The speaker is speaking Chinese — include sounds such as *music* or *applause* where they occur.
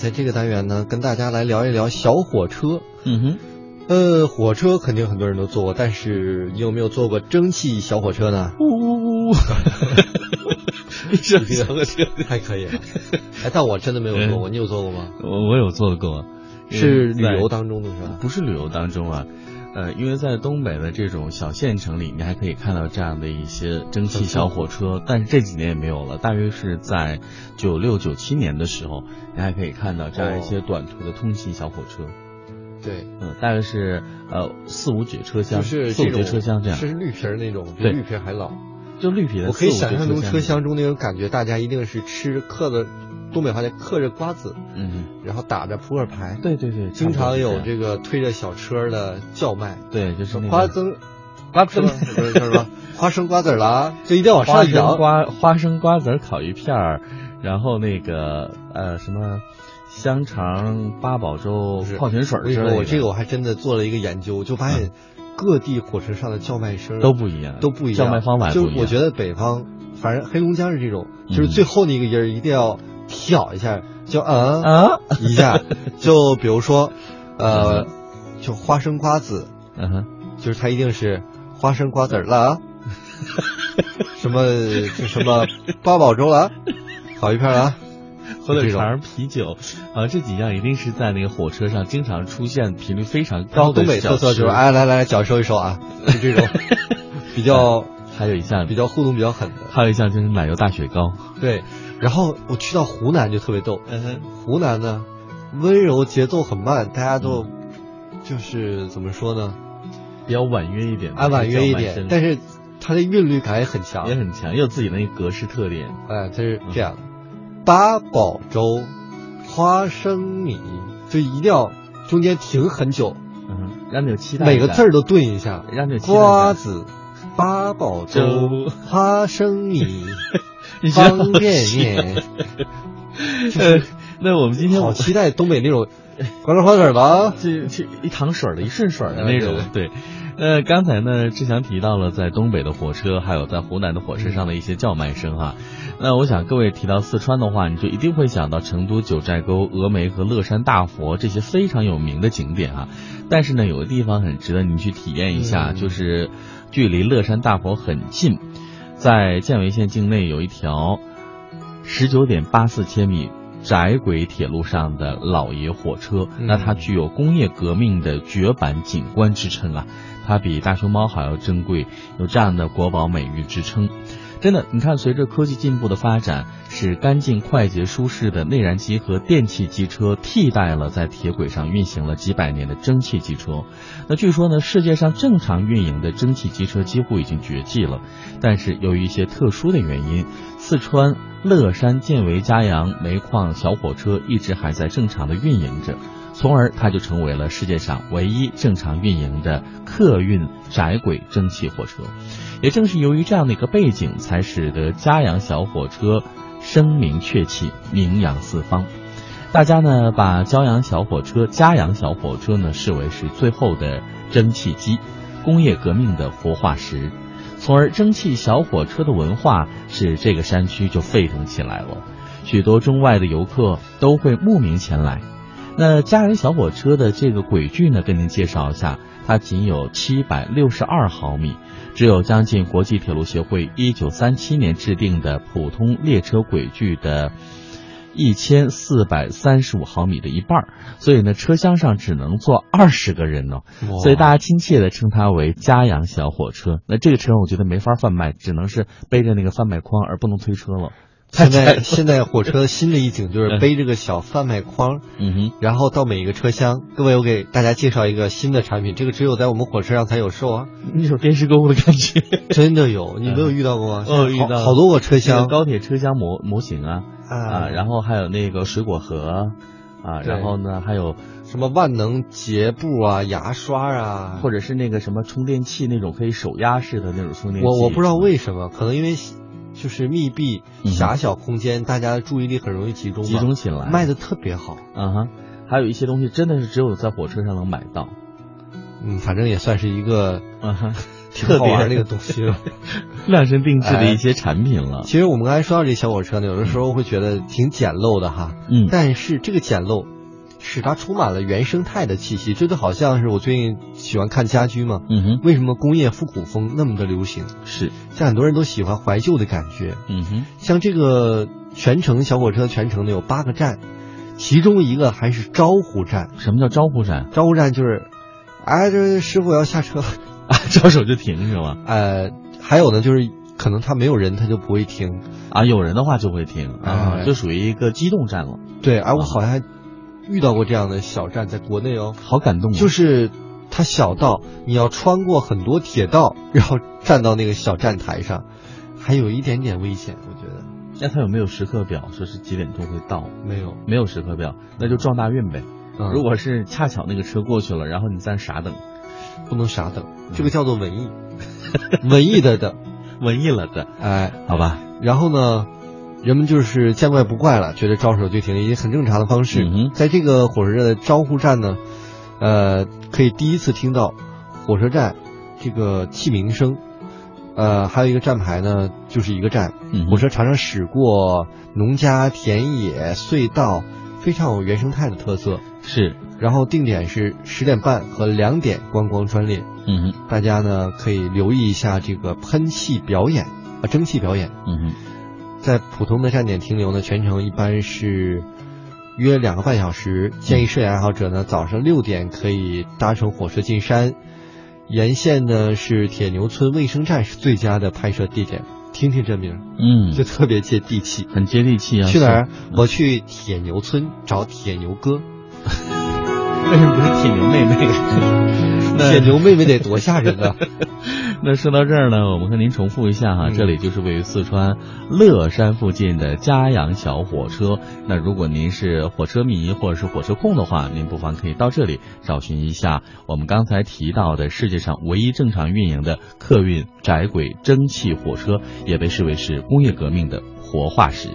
在这个单元呢，跟大家来聊一聊小火车。嗯哼，呃，火车肯定很多人都坐过，但是你有没有坐过蒸汽小火车呢？呜呜 *laughs* 呜，一声小火车， *laughs* 还可以啊。 *laughs* 嗯哎，但我真的没有坐过，你有坐过吗？我我有坐过， *laughs* 是旅在呃游当中的是吧？不是旅游当中啊，呃，因为在东北的这种小县城里，你还可以看到这样的一些蒸汽小火车，嗯但是这几年也没有了。大约是在九六九七年的时候，你还可以看到这样一些短途的通勤小火车，对，嗯，大约是呃四五节车厢，就是四这五节种车厢这样，是绿皮儿那种，比对绿皮儿还老。就绿皮的。我可以四五节想象出车车厢厢中那种感觉，大家一定是吃嗑的，东北话叫嗑着瓜子，这样，嗯，然后打着扑克牌，对对对，经常有差不多是样这个推着小车的叫卖，对，就是那花个生瓜子儿不是叫什 *laughs* 么花生瓜子儿啦，就一定要往花上生扬。瓜花生瓜子儿烤鱼片儿，然后那个呃什么香肠八宝粥不是矿泉水我儿跟你之类说，的，哎我这个我还真的做了一个研究，就发现各地火车上的叫卖声都不一样，都不一样，叫卖方法也就不一样。我觉得北方，反正黑龙江是这种，就是嗯最后那个音儿一定要挑一下，就嗯啊，一 *laughs* 下，就比如说，呃，就花生瓜子，嗯哼，就是它一定是花生瓜子儿 *laughs* 了，啊什么就什么八宝粥了，烤鱼片儿啊了，火腿这种肠、啤酒啊，这几样一定是在那个火车上经常出现、频率非常然高后的东北特小色就是吃，哎来来脚收一收 *laughs* 啊，就这种比较还有一项比较互动比较狠的，还有一项就是奶油大雪糕。对。然后我去到湖南就特别逗，嗯哼，湖南呢温柔节奏很慢，大家都嗯就是怎么说呢，比较啊婉约一点，安婉约一点，但是是它的韵律感也很强也，很强，也有自己的那个格式特点。哎，它是这样的，八宝粥、花生米，就一定要中间停很久，嗯哼，让你有期待感，每个字儿都顿一下，让你有期待瓜感。子、八宝粥粥、花生米、 *laughs* 你知道方便 *laughs* 面，呃，那我们今天好我期待东北那种 *laughs* 瓜子花子吧。这这一糖水儿的一顺水儿的嗯那种，对。呃，刚才呢，志强提到了在东北的火车，还有在湖南的火车嗯上的一些叫卖声哈。那我想各位提到四川的话，你就一定会想到成都九寨沟、峨眉和乐山大佛这些非常有名的景点哈。但是呢，有个地方很值得您去体验一下，嗯就是距离乐山大佛很近，在犍为县境内有一条十九点八四千米窄轨铁路上的老爷火车，嗯那它具有工业革命的绝版景观之称啊，它比大熊猫还要珍贵，有这样的国宝美誉之称。真的，你看，随着科技进步的发展，使干净、快捷、舒适的内燃机和电气机车替代了在铁轨上运行了几百年的蒸汽机车。那据说呢，世界上正常运营的蒸汽机车几乎已经绝迹了，但是由于一些特殊的原因，四川乐山、犍为、嘉阳煤矿小火车一直还在正常的运营着，从而它就成为了世界上唯一正常运营的客运窄轨蒸汽火车。也正是由于这样的一个背景，才使得嘉阳小火车声名鹊起，名扬四方。大家呢，把骄阳小火车、嘉阳小火车呢，视为是最后的蒸汽机，工业革命的活化石，从而蒸汽小火车的文化使这个山区就沸腾起来了。许多中外的游客都会慕名前来。那嘉阳小火车的这个轨距呢，跟您介绍一下，它仅有七百六十二毫米，只有将近国际铁路协会一九三七年制定的普通列车轨距的一千四百三十五毫米的一半儿，所以呢，车厢上只能坐二十个人哦，所以大家亲切的称它为嘉阳小火车。那这个车我觉得没法贩卖，只能是背着那个贩卖筐，而不能推车了。现在 *laughs* 现在火车新的一景就是背着个小贩卖筐，嗯哼，然后到每一个车厢。各位，我给大家介绍一个新的产品，这个只有在我们火车上才有售 *laughs* 啊，那种电视购物的感 *laughs* 觉。真的有，你没有遇到过吗？哦遇到好好多个车像厢高铁车厢模模型啊啊，啊，然后还有那个水果盒啊，对然后呢还有什么万能洁布啊、牙刷啊，或者是那个什么充电器那种可以手压式的那种充电器。我我不知道为什么，可能因为就是密闭嗯哼狭小空间，大家的注意力很容易集中嘛，集中起来卖的特别好。啊哈，还有一些东西真的是只有在火车上能买到嗯，反正也算是一个啊哈， *laughs* 挺好玩那个东西。 *laughs* 量身定制的哎一些产品了。其实我们刚才说到这小火车呢，有的时候会觉得挺简陋的哈，嗯但是这个简陋使它充满了原生态的气息，这就好像是我最近喜欢看家居嘛。嗯哼，为什么工业复古风那么的流行？是，像很多人都喜欢怀旧的感觉。嗯哼，像这个全程小火车全程呢有八个站，其中一个还是招呼站。什么叫招呼站？ *laughs* 招呼站就是，哎，这师傅我要下车。啊，招手就停是吗？呃，还有呢，就是可能他没有人，他就不会停。啊，有人的话就会停啊，哎就属于一个机动站了，对，哎、我好像还遇到过这样的小站，在国内哦，好感动啊。就是它小到你要穿过很多铁道，然后站到那个小站台上，还有一点点危险，我觉得那他有没有时刻表？说是几点钟会到？没有。没有时刻表，那就撞大运呗。嗯、如果是恰巧那个车过去了，然后你在那傻等，不能傻等，这个叫做 *laughs* 文艺，文艺的等，文艺了的，哎，好吧？然后呢，人们就是见怪不怪了，觉得招手就停，已经很正常的方式。嗯哼在这个火车站的招呼站呢，呃，可以第一次听到火车站这个汽鸣声，呃，还有一个站牌呢，就是一个站。嗯火车常常驶过农家、田野、隧道，非常有原生态的特色。是，然后定点是十点半和两点观光专列，嗯哼，大家呢可以留意一下这个喷气表演啊、蒸汽表演。嗯哼，在普通的站点停留呢，全程一般是约两个半小时。建议摄影爱好者呢，早上六点可以搭乘火车进山，沿线呢是铁牛村卫生站是最佳的拍摄地点。听听这名儿，嗯，就特别接地气。很接地气啊。去哪儿 *laughs* 是？？我去铁牛村找铁牛哥。为什么不是铁牛妹妹？铁牛妹妹得多吓人啊！那说到这儿呢，我们和您重复一下哈，嗯这里就是位于四川乐山附近的嘉阳小火车。那如果您是火车迷或者是火车控的话，您不妨可以到这里找寻一下我们刚才提到的世界上唯一正常运营的客运窄轨蒸汽火车，也被视为是工业革命的活化石。